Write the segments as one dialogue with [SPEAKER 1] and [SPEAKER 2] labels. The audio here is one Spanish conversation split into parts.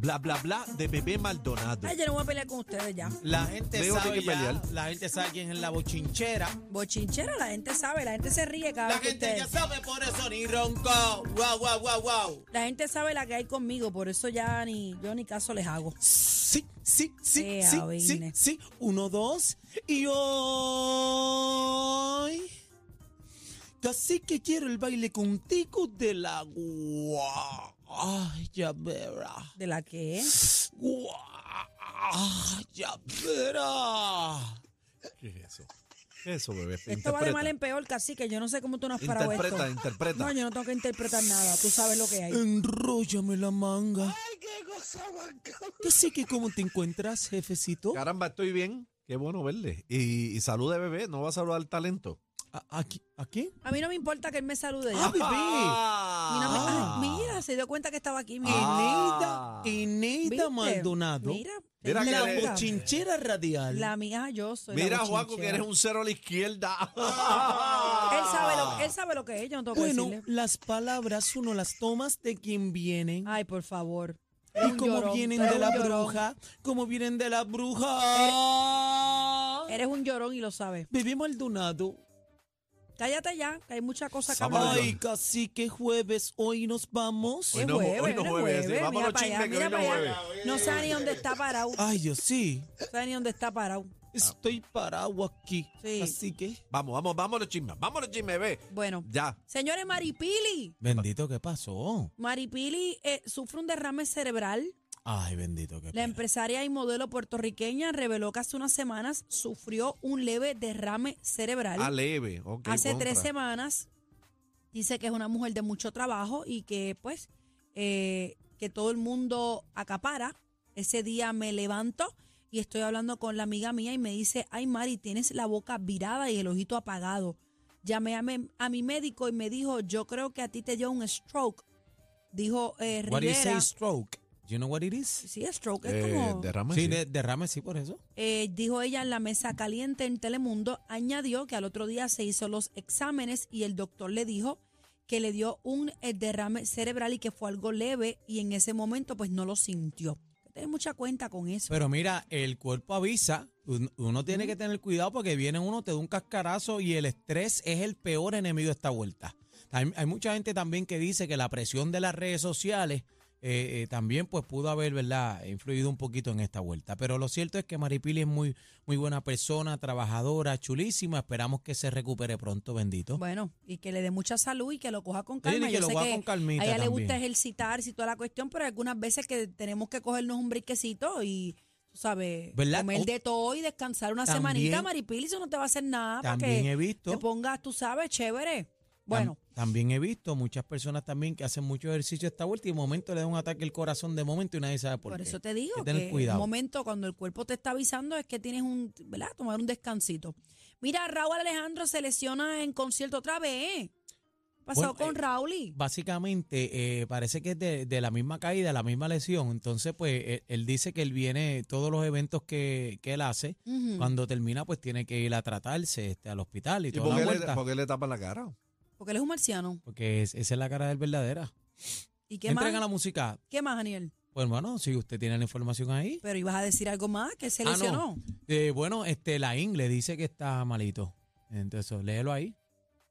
[SPEAKER 1] Bla bla bla de Bebé Maldonado.
[SPEAKER 2] Ay, yo no voy a pelear con ustedes ya.
[SPEAKER 3] La gente
[SPEAKER 1] Veo que
[SPEAKER 3] sabe
[SPEAKER 1] hay que
[SPEAKER 3] ya,
[SPEAKER 1] pelear.
[SPEAKER 3] la gente sabe quién es la bochinchera.
[SPEAKER 2] Bochinchero, la gente sabe, la gente se ríe cada
[SPEAKER 3] La
[SPEAKER 2] vez que
[SPEAKER 3] gente
[SPEAKER 2] ustedes.
[SPEAKER 3] ya sabe por eso ni ronco. Wow, wow, wow, wow.
[SPEAKER 2] La gente sabe la que hay conmigo, por eso ya ni yo ni caso les hago.
[SPEAKER 3] Sí, sí, sí,
[SPEAKER 2] Ea,
[SPEAKER 3] sí, sí,
[SPEAKER 2] Vine.
[SPEAKER 3] sí. Uno, dos. Y hoy. Casi que quiero el baile contigo del agua. Ay, ya verá.
[SPEAKER 2] ¿De la que
[SPEAKER 3] Guau, Ay, ya verá.
[SPEAKER 1] ¿Qué es eso? ¿Qué es eso, bebé?
[SPEAKER 2] Esto va de mal en peor, casi que yo no sé cómo tú no has parado
[SPEAKER 1] Interpreta,
[SPEAKER 2] esto.
[SPEAKER 1] interpreta.
[SPEAKER 2] No, yo no tengo que interpretar nada, tú sabes lo que hay.
[SPEAKER 3] Enróllame la manga. Ay, qué cosa Así que cómo te encuentras, jefecito.
[SPEAKER 1] Caramba, estoy bien. Qué bueno verle. Y, y salude, bebé. No va a saludar al talento.
[SPEAKER 3] ¿A, aquí, ¿A quién?
[SPEAKER 2] A mí no me importa que él me salude. ya.
[SPEAKER 3] ¡Ah, bebé!
[SPEAKER 2] A mí no me-
[SPEAKER 1] Ah.
[SPEAKER 2] Ay, mira, se dio cuenta que estaba aquí. Mira,
[SPEAKER 1] Ah.
[SPEAKER 3] Eneida,
[SPEAKER 2] ¿Viste?
[SPEAKER 3] Eneida Maldonado.
[SPEAKER 2] Mira,
[SPEAKER 1] Mira
[SPEAKER 2] la,
[SPEAKER 1] que
[SPEAKER 3] la
[SPEAKER 1] le-
[SPEAKER 2] boca.
[SPEAKER 3] bochinchera radial.
[SPEAKER 2] la mía, yo soy. la
[SPEAKER 1] Mira, Juaco, que
[SPEAKER 2] bochinchera.
[SPEAKER 1] eres un cero a la izquierda.
[SPEAKER 2] Él sabe,
[SPEAKER 1] Ah.
[SPEAKER 2] lo, él sabe lo que es, yo no tengo que
[SPEAKER 3] bueno,
[SPEAKER 2] decirle.
[SPEAKER 3] las palabras uno las tomas de quien vienen.
[SPEAKER 2] Ay, por favor.
[SPEAKER 3] y
[SPEAKER 2] Ah, Un
[SPEAKER 3] como
[SPEAKER 2] llorón,
[SPEAKER 3] vienen
[SPEAKER 2] tú eres
[SPEAKER 3] de
[SPEAKER 2] un
[SPEAKER 3] la
[SPEAKER 2] llorón. Eh,
[SPEAKER 3] bruja, como vienen de la bruja.
[SPEAKER 2] Eres un llorón y lo sabes.
[SPEAKER 3] Bebé Maldonado.
[SPEAKER 2] Cállate ya, que hay muchas cosas que
[SPEAKER 1] Vámonos
[SPEAKER 2] hablar.
[SPEAKER 3] Ay, casi que jueves, hoy nos vamos.
[SPEAKER 1] Hoy
[SPEAKER 2] Es
[SPEAKER 1] no-
[SPEAKER 2] jueves,
[SPEAKER 1] hoy no
[SPEAKER 2] no es
[SPEAKER 1] jueves, sí. Vámonos,
[SPEAKER 2] mira para
[SPEAKER 1] chisme,
[SPEAKER 2] allá,
[SPEAKER 1] que
[SPEAKER 2] mira
[SPEAKER 1] hoy no
[SPEAKER 2] para allá. No sabe ni dónde está parado, no
[SPEAKER 3] Ay, yo sí.
[SPEAKER 2] sabe ni dónde está parado.
[SPEAKER 3] Estoy parado aquí.
[SPEAKER 2] Sí.
[SPEAKER 3] Así que.
[SPEAKER 1] Vamos, vamos, vámonos, chisme. Vámonos, chisme, bebé.
[SPEAKER 2] Bueno,
[SPEAKER 1] Ya.
[SPEAKER 2] señores, Maripili,
[SPEAKER 3] Bendito, ¿qué pasó?
[SPEAKER 2] Maripili eh, sufre un derrame cerebral.
[SPEAKER 3] Ay, bendito, ¿qué
[SPEAKER 2] La empresaria y modelo puertorriqueña reveló que hace unas semanas sufrió un leve derrame cerebral.
[SPEAKER 1] A Ah, leve. ok,
[SPEAKER 2] hace
[SPEAKER 1] contra.
[SPEAKER 2] tres semanas dice que es una mujer de mucho trabajo y que pues eh, que todo el mundo acapara. Ese día me levanto y estoy hablando con la amiga mía y me dice, ay Mari, tienes la boca virada y el ojito apagado. Llamé a, me- a mi médico y me dijo, yo creo que a ti te dio un stroke. Dijo eh,
[SPEAKER 3] What is
[SPEAKER 2] Rivera.
[SPEAKER 3] a stroke? You know what it is?
[SPEAKER 2] Sí, stroke es
[SPEAKER 1] Eh,
[SPEAKER 2] como...
[SPEAKER 1] derrame,
[SPEAKER 3] sí,
[SPEAKER 1] sí.
[SPEAKER 3] de- derrame, sí, por eso.
[SPEAKER 2] Eh, dijo ella en la mesa caliente en Telemundo, añadió que al otro día se hizo los exámenes y el doctor le dijo que le dio un eh, derrame cerebral y que fue algo leve y en ese momento pues no lo sintió. Ten mucha cuenta con eso.
[SPEAKER 3] Pero mira, el cuerpo avisa. Un- Uno tiene que tener cuidado porque viene uno, te da un cascarazo y el estrés es el peor enemigo de esta vuelta. Hay, hay mucha gente también que dice que la presión de las redes sociales eh, eh, también pues pudo haber, ¿verdad?, influido un poquito en esta vuelta. Pero lo cierto es que Maripili es muy, muy buena persona, trabajadora, chulísima. Esperamos que se recupere pronto, bendito.
[SPEAKER 2] Bueno, y que le dé mucha salud y que lo coja con
[SPEAKER 3] Oye,
[SPEAKER 2] calma.
[SPEAKER 3] y que
[SPEAKER 2] Yo
[SPEAKER 3] lo
[SPEAKER 2] sé
[SPEAKER 3] coja
[SPEAKER 2] que
[SPEAKER 3] con calmita
[SPEAKER 2] a ella le
[SPEAKER 3] también.
[SPEAKER 2] gusta ejercitarse y toda la cuestión, pero algunas veces que tenemos que cogernos un briquecito y, tú sabes,
[SPEAKER 3] ¿Verdad?
[SPEAKER 2] comer
[SPEAKER 3] Oh.
[SPEAKER 2] de todo y descansar una
[SPEAKER 3] También-
[SPEAKER 2] semanita, Maripili, eso no te va a hacer nada para
[SPEAKER 3] También
[SPEAKER 2] que
[SPEAKER 3] he visto-
[SPEAKER 2] te pongas, tú sabes, chévere. Bueno,
[SPEAKER 3] Tam- También he visto muchas personas también que hacen mucho ejercicio esta vuelta y de momento le da un ataque al corazón de momento y nadie sabe por,
[SPEAKER 2] Por,
[SPEAKER 3] qué.
[SPEAKER 2] eso te digo
[SPEAKER 3] Hay que
[SPEAKER 2] que,
[SPEAKER 3] tener
[SPEAKER 2] el
[SPEAKER 3] cuidado.
[SPEAKER 2] momento cuando el cuerpo te está avisando es que tienes un, ¿verdad? Tomar un descansito. Mira, Raúl Alejandro se lesiona en concierto otra vez. ¿Qué Pasó
[SPEAKER 3] Bueno,
[SPEAKER 2] con
[SPEAKER 3] eh,
[SPEAKER 2] Raúl.
[SPEAKER 3] Básicamente eh, parece que es de, de la misma caída, la misma lesión. Entonces, pues él, él dice que él viene todos los eventos que, que él hace.
[SPEAKER 2] Ujú.
[SPEAKER 3] Cuando termina, pues tiene que ir a tratarse este, al hospital y
[SPEAKER 1] ¿Y
[SPEAKER 3] toda
[SPEAKER 1] por
[SPEAKER 3] la
[SPEAKER 1] qué,
[SPEAKER 3] vuelta.
[SPEAKER 1] le, por qué le tapan la cara?
[SPEAKER 2] Porque él es un marciano.
[SPEAKER 3] Porque es- esa es la cara del verdadera.
[SPEAKER 2] ¿Y qué más?
[SPEAKER 3] Entregan la música.
[SPEAKER 2] ¿Qué más, Daniel?
[SPEAKER 3] Pues bueno, si usted tiene la información ahí.
[SPEAKER 2] Pero ibas a decir algo más que se
[SPEAKER 3] Ah, no.
[SPEAKER 2] lesionó.
[SPEAKER 3] Eh, bueno, este, la Ingle dice que está malito. Entonces, léelo ahí.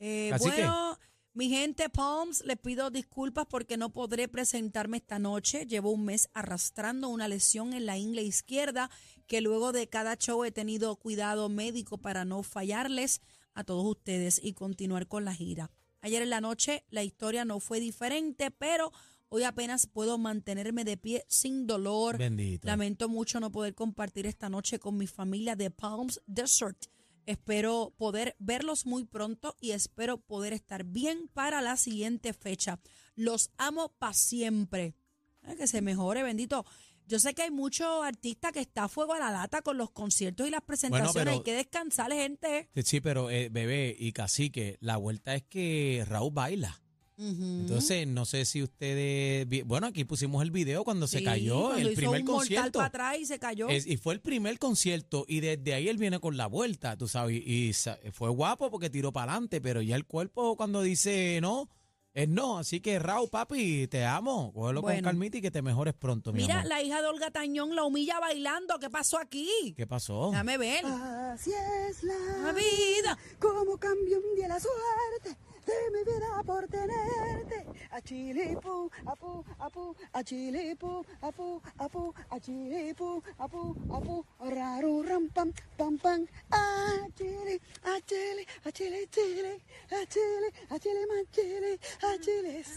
[SPEAKER 2] Eh,
[SPEAKER 3] Cacique.
[SPEAKER 2] bueno, mi gente Palms, les pido disculpas porque no podré presentarme esta noche. Llevo un mes arrastrando una lesión en la ingle izquierda que luego de cada show he tenido cuidado médico para no fallarles a todos ustedes y continuar con la gira. Ayer en la noche la historia no fue diferente, pero hoy apenas puedo mantenerme de pie sin dolor.
[SPEAKER 3] Bendito.
[SPEAKER 2] Lamento mucho no poder compartir esta noche con mi familia de Palms Desert. Espero poder verlos muy pronto y espero poder estar bien para la siguiente fecha. Los amo para siempre. Ay, que se mejore, bendito. Yo sé que hay muchos artistas que está a fuego a la lata con los conciertos y las presentaciones.
[SPEAKER 3] pero-
[SPEAKER 2] hay que descansar, gente.
[SPEAKER 3] Sí, Sí, pero eh, bebé y cacique, la vuelta es que Raúl baila.
[SPEAKER 2] Ujú.
[SPEAKER 3] Entonces, no sé si ustedes. vi- Bueno, aquí pusimos el video cuando se
[SPEAKER 2] Sí,
[SPEAKER 3] cayó,
[SPEAKER 2] cuando
[SPEAKER 3] el
[SPEAKER 2] hizo
[SPEAKER 3] primer
[SPEAKER 2] un mortal
[SPEAKER 3] concierto.
[SPEAKER 2] para atrás y se cayó.
[SPEAKER 3] Es- y fue el primer concierto y desde ahí él viene con la vuelta, tú sabes, y, y sa- fue guapo porque tiró para adelante, pero ya el cuerpo cuando dice no, es no, así que Raúl, papi, te amo, cógelo con
[SPEAKER 2] Bueno.
[SPEAKER 3] calmita y que te mejores pronto, mi
[SPEAKER 2] Mira,
[SPEAKER 3] amor.
[SPEAKER 2] la hija de Olga Tañón la humilla bailando. ¿Qué pasó aquí?
[SPEAKER 3] ¿Qué pasó?
[SPEAKER 2] Déjame ver.
[SPEAKER 4] Ah. Así es la
[SPEAKER 2] La vida.
[SPEAKER 4] Como cambió un día la suerte de mi vida por tenerte. A chilipu, apu, apu, a chilipu, apu, apu, a chilipu, apu, apu, raru, ram, pam, pam, pam. A chile, a chile, a chile, chile, a chile, a chile, man, chile, a chile. Eso.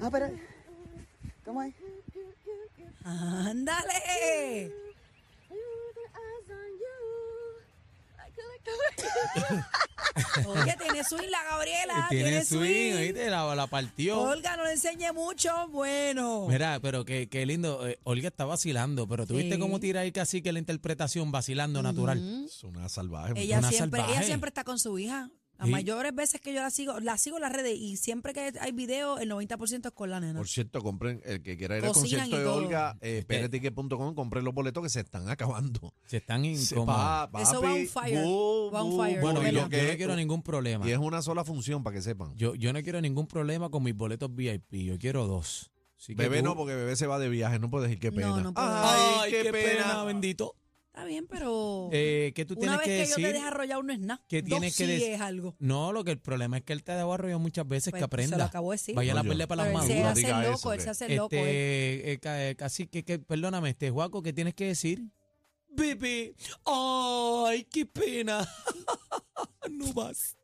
[SPEAKER 4] Ah, pero, ¿cómo es?
[SPEAKER 2] Ándale. Oye, tiene swing la Gabriela.
[SPEAKER 3] Tiene,
[SPEAKER 2] Tiene,
[SPEAKER 3] swing,
[SPEAKER 2] swing.
[SPEAKER 3] ¿oíste? La, la partió.
[SPEAKER 2] Olga, no le enseñe mucho. Bueno.
[SPEAKER 3] Mira, pero qué, qué lindo. eh, Olga está vacilando, pero tú viste
[SPEAKER 2] Sí.
[SPEAKER 3] cómo tira ahí casi que la interpretación vacilando natural.
[SPEAKER 1] Es una salvaje.
[SPEAKER 2] ella
[SPEAKER 3] una
[SPEAKER 2] siempre,
[SPEAKER 3] salvaje.
[SPEAKER 2] ella siempre está con su hija. Las
[SPEAKER 3] Sí.
[SPEAKER 2] mayores veces que yo la sigo, la sigo en las redes y siempre que hay video, el 90% es con la nena.
[SPEAKER 5] Por cierto, compren, el que quiera ir al
[SPEAKER 2] Cocinan
[SPEAKER 5] concierto
[SPEAKER 2] y
[SPEAKER 5] de
[SPEAKER 2] todo.
[SPEAKER 5] Olga, eh, preticket.com, compren los boletos que se están acabando.
[SPEAKER 3] Se están
[SPEAKER 5] Se-
[SPEAKER 3] incómodos.
[SPEAKER 5] pa-
[SPEAKER 2] Eso va
[SPEAKER 5] papi,
[SPEAKER 2] on fire,
[SPEAKER 5] bu-
[SPEAKER 2] va on
[SPEAKER 5] bu-
[SPEAKER 2] fire.
[SPEAKER 3] Bueno,
[SPEAKER 5] bu-
[SPEAKER 3] yo,
[SPEAKER 5] y
[SPEAKER 2] Olga.
[SPEAKER 3] yo
[SPEAKER 5] lo que
[SPEAKER 3] no quiero ningún problema.
[SPEAKER 5] Y es una sola función, para que sepan.
[SPEAKER 3] Yo, yo no quiero ningún problema con mis boletos VIP. Yo quiero dos. Así que
[SPEAKER 5] Bebé
[SPEAKER 3] tú-
[SPEAKER 5] no, porque bebé se va de viaje, no puedes ir, qué
[SPEAKER 2] No,
[SPEAKER 5] pena.
[SPEAKER 2] no puedo.
[SPEAKER 5] Ay, qué, pena.
[SPEAKER 3] bendito.
[SPEAKER 2] Está bien, pero
[SPEAKER 3] Eh, ¿Qué tú
[SPEAKER 2] Oh.
[SPEAKER 3] tienes
[SPEAKER 2] una vez
[SPEAKER 3] que
[SPEAKER 2] que, yo
[SPEAKER 3] decir?
[SPEAKER 2] te deje arrollado no es nada.
[SPEAKER 3] ¿Qué
[SPEAKER 2] Dos
[SPEAKER 3] tienes que
[SPEAKER 2] sí
[SPEAKER 3] decir?
[SPEAKER 2] es algo.
[SPEAKER 3] No, lo que el problema es que él te ha arrollado muchas veces que
[SPEAKER 2] Pues, se lo
[SPEAKER 3] aprenda.
[SPEAKER 2] acabo de decir.
[SPEAKER 3] Vaya
[SPEAKER 5] No,
[SPEAKER 3] la
[SPEAKER 5] yo-
[SPEAKER 3] pelea para las
[SPEAKER 2] Pero él se
[SPEAKER 5] No
[SPEAKER 3] maduras.
[SPEAKER 2] hace
[SPEAKER 5] diga
[SPEAKER 2] el
[SPEAKER 5] eso,
[SPEAKER 2] loco, él
[SPEAKER 5] hombre.
[SPEAKER 2] se hace el loco. él.
[SPEAKER 3] Este, eh, ca- eh, cacique, que, perdóname, este Juaco, ¿qué tienes que decir? Bebé, ay, qué pena. no vas.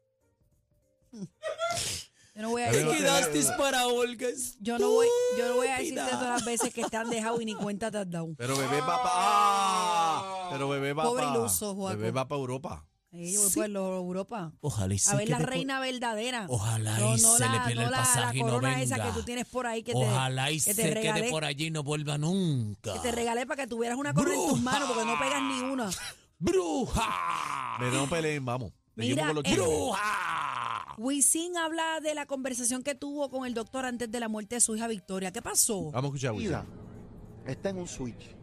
[SPEAKER 2] Yo no voy a
[SPEAKER 5] Te
[SPEAKER 2] decir-
[SPEAKER 5] quedaste
[SPEAKER 3] para Olga.
[SPEAKER 2] Yo no voy, yo no voy a decirte todas las veces que te han dejado y ni cuenta te has dado.
[SPEAKER 5] Pero bebé va para. ¡Ah! Pero bebé va
[SPEAKER 2] Pobre
[SPEAKER 5] pa-
[SPEAKER 2] iluso, Joaco.
[SPEAKER 5] Bebé va para Europa.
[SPEAKER 2] Ahí yo voy por lo- Europa.
[SPEAKER 3] Ojalá y sí
[SPEAKER 2] A ver
[SPEAKER 3] que
[SPEAKER 2] la
[SPEAKER 3] te-
[SPEAKER 2] reina verdadera.
[SPEAKER 3] Ojalá y se le pierda el
[SPEAKER 2] la-
[SPEAKER 3] pasaje y
[SPEAKER 2] la
[SPEAKER 3] no
[SPEAKER 2] corona esa
[SPEAKER 3] venga.
[SPEAKER 2] que tú tienes por ahí que te,
[SPEAKER 3] Ojalá y
[SPEAKER 2] que te
[SPEAKER 3] se quede
[SPEAKER 2] regalé,
[SPEAKER 3] por allí y no vuelva nunca.
[SPEAKER 2] que te regalé para que tuvieras una corona en tus
[SPEAKER 3] Bruja.
[SPEAKER 2] manos porque no pegas ni una.
[SPEAKER 3] ¡Bruja!
[SPEAKER 5] Pero no peleen, vamos. Seguimos
[SPEAKER 2] Mira,
[SPEAKER 5] con los
[SPEAKER 2] eh,
[SPEAKER 5] chismes.
[SPEAKER 3] ¡Bruja!
[SPEAKER 2] Wisin habla de la conversación que tuvo con el doctor antes de la muerte de su hija Victoria. ¿Qué pasó?
[SPEAKER 5] Vamos a escuchar a Wisin.
[SPEAKER 6] vida está en un switch.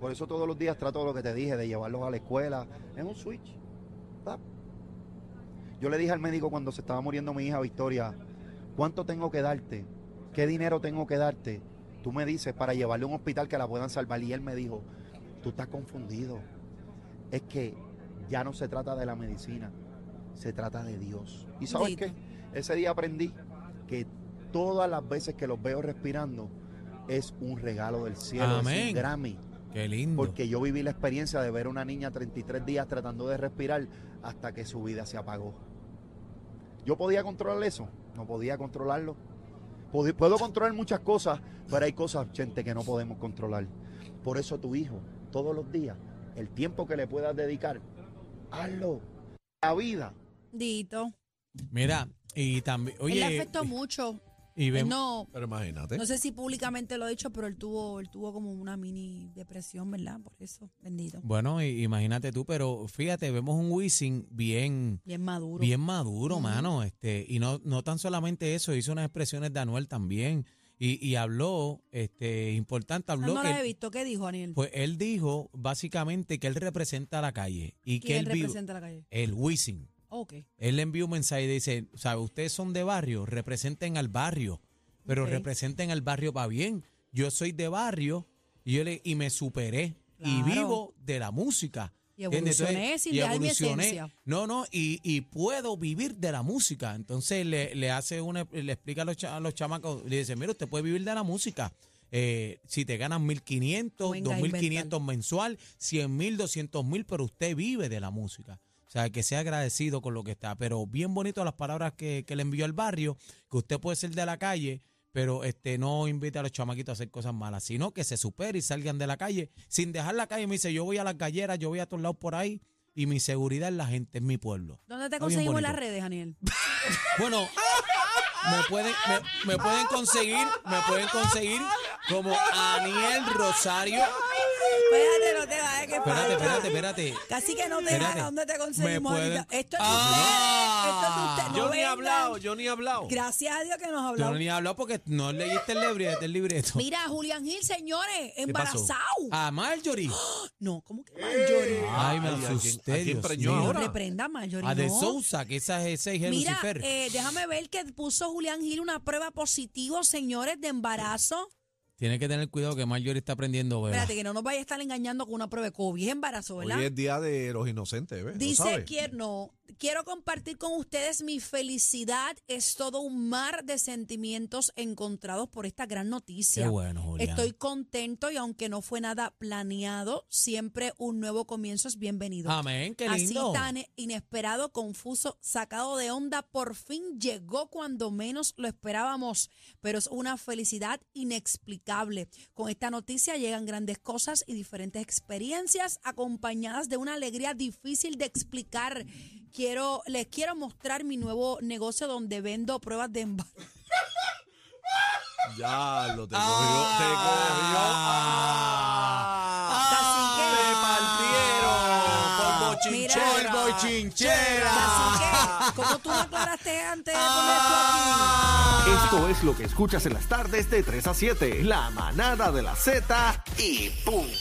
[SPEAKER 6] Por eso todos los días trato lo que te dije, de llevarlos a la escuela. Es un switch. Tap. Yo le dije al médico cuando se estaba muriendo mi hija Victoria, ¿cuánto tengo que darte? ¿Qué dinero tengo que darte? Tú me dices para llevarle a un hospital que la puedan salvar. Y él me dijo, tú estás confundido. Es que ya no se trata de la medicina, se trata de Dios. ¿Y sabes
[SPEAKER 2] Bendito.
[SPEAKER 6] qué? Ese día aprendí que todas las veces que los veo respirando es un regalo del cielo, es
[SPEAKER 3] Amén.
[SPEAKER 6] un Grammy.
[SPEAKER 3] ¡Qué lindo!
[SPEAKER 6] Porque yo viví la experiencia de ver a una niña 33 días tratando de respirar hasta que su vida se apagó. ¿Yo podía controlar eso? No podía controlarlo. Pod- Puedo controlar muchas cosas, pero hay cosas, gente, que no podemos controlar. Por eso tu hijo, todos los días, el tiempo que le puedas dedicar, hazlo. La vida
[SPEAKER 2] Dito.
[SPEAKER 3] Mira, y también. Oye, eh,
[SPEAKER 2] él le afectó mucho.
[SPEAKER 3] y
[SPEAKER 2] Él
[SPEAKER 3] vemos- ¿Eh?
[SPEAKER 2] no,
[SPEAKER 5] Pero imagínate.
[SPEAKER 2] no sé si públicamente lo he dicho, pero él tuvo, él tuvo como una mini depresión, ¿verdad? Por eso, bendito.
[SPEAKER 3] Bueno, i- imagínate tú, pero fíjate, vemos un Wisin bien,
[SPEAKER 2] Bien maduro.
[SPEAKER 3] bien maduro, mano. Este, y no, no tan solamente eso, hizo unas expresiones de Anuel también. Y, y habló, este, importante,
[SPEAKER 2] Ah,
[SPEAKER 3] habló
[SPEAKER 2] No
[SPEAKER 3] que.
[SPEAKER 2] la he visto. ¿Qué dijo, Aniel?
[SPEAKER 3] Pues él dijo básicamente que él representa a la calle y que
[SPEAKER 2] ¿Quién
[SPEAKER 3] él vive-
[SPEAKER 2] representa la calle?
[SPEAKER 3] el Wisin.
[SPEAKER 2] Ok.
[SPEAKER 3] Él le envió un mensaje y dice, sabe, ustedes son de barrio, representen al barrio, pero
[SPEAKER 2] Ok.
[SPEAKER 3] representen al barrio para bien. yo soy de barrio y, yo le- y me superé y
[SPEAKER 2] Claro.
[SPEAKER 3] vivo de la música.
[SPEAKER 2] Y
[SPEAKER 3] ¿Entiendes? Entonces,
[SPEAKER 2] evolucioné sin dejar mi esencia.
[SPEAKER 3] No, no, y, y puedo vivir de la música. Entonces le, le hace una, le explica a los, cha- a los chamacos, le dice, mira, usted puede vivir de la música. Eh, si te ganan 1.500,
[SPEAKER 2] Venga a
[SPEAKER 3] 2.500 mensual, 100.000, 200.000, pero usted vive de la música. O sea, que sea agradecido con lo que está. Pero bien bonito las palabras que, que le envió al barrio, que usted puede ser de la calle, pero este no invite a los chamaquitos a hacer cosas malas, sino que se supere y salgan de la calle. Sin dejar la calle, me dice, yo voy a las galleras, yo voy a todos lados por ahí y mi seguridad es la gente, es mi pueblo.
[SPEAKER 2] ¿Dónde te
[SPEAKER 3] Está bien
[SPEAKER 2] conseguimos en
[SPEAKER 3] bonito.
[SPEAKER 2] las redes, Daniel?
[SPEAKER 3] Bueno, me pueden, me, me pueden conseguir, me pueden conseguir como Aniel Rosario.
[SPEAKER 2] Espérate, no te vayas, que
[SPEAKER 3] Espérate, espérate,
[SPEAKER 2] falta.
[SPEAKER 3] espérate.
[SPEAKER 2] Casi que no te
[SPEAKER 3] Espérate.
[SPEAKER 2] vayas, ¿dónde te
[SPEAKER 3] Me
[SPEAKER 2] conseguimos
[SPEAKER 3] pueden-
[SPEAKER 2] ahorita? Esto es de
[SPEAKER 3] Ah.
[SPEAKER 2] ustedes, esto es de ustedes.
[SPEAKER 1] Yo
[SPEAKER 2] no
[SPEAKER 1] ni he
[SPEAKER 2] vengan.
[SPEAKER 1] hablado, yo ni he hablado.
[SPEAKER 2] Gracias a Dios que nos
[SPEAKER 3] Tú no
[SPEAKER 2] hablamos.
[SPEAKER 3] ni hablado porque no leíste el libreto. El libreto.
[SPEAKER 2] Mira, Julián Gil, señores,
[SPEAKER 3] ¿Qué pasó? Ah.
[SPEAKER 2] embarazado.
[SPEAKER 3] A Marjorie.
[SPEAKER 2] No, ¿cómo que Marjorie?
[SPEAKER 3] Ay, me
[SPEAKER 1] Ay, ¿a quién-
[SPEAKER 3] asusté.
[SPEAKER 1] a quién
[SPEAKER 3] Dios
[SPEAKER 1] preñó
[SPEAKER 3] mío.
[SPEAKER 1] ahora?
[SPEAKER 2] Reprenda, Marjorie.
[SPEAKER 3] A Ah, De
[SPEAKER 2] no.
[SPEAKER 3] Sousa, que esa es ese es
[SPEAKER 2] Mira,
[SPEAKER 3] Lucifer.
[SPEAKER 2] eh, déjame ver que puso Julián Gil una prueba positiva, señores, de embarazo.
[SPEAKER 3] Tienes que tener cuidado que Marjorie está aprendiendo vela.
[SPEAKER 2] Espérate, que no nos vaya a estar engañando con una prueba de COVID. Es embarazo, ¿verdad?
[SPEAKER 5] Hoy es día de los inocentes, ¿ves? ¿Lo
[SPEAKER 2] Dice
[SPEAKER 5] sabes?
[SPEAKER 2] quiero, no, quiero compartir con ustedes mi felicidad. Es todo un mar de sentimientos encontrados por esta gran noticia.
[SPEAKER 3] Qué bueno, Julián.
[SPEAKER 2] Estoy contento y aunque no fue nada planeado, siempre un nuevo comienzo es bienvenido.
[SPEAKER 3] Amén, qué lindo.
[SPEAKER 2] Así tan inesperado, confuso, sacado de onda, por fin llegó cuando menos lo esperábamos, pero es una felicidad inexplicable. Con esta noticia llegan grandes cosas y diferentes experiencias acompañadas de una alegría difícil de explicar. Quiero, les quiero mostrar mi nuevo negocio donde vendo pruebas de embarazo.
[SPEAKER 1] Ya lo te cogió, te cogió.
[SPEAKER 3] Ah.
[SPEAKER 1] Ah,
[SPEAKER 2] Cacique.
[SPEAKER 1] te
[SPEAKER 2] Mira.
[SPEAKER 1] partieron como
[SPEAKER 3] Polvo
[SPEAKER 1] bochinchera.
[SPEAKER 2] Así que, como tú me aclaraste antes de poner esto aquí.
[SPEAKER 7] Esto es lo que escuchas en las tardes de 3 a 7. La manada de la Z y punto.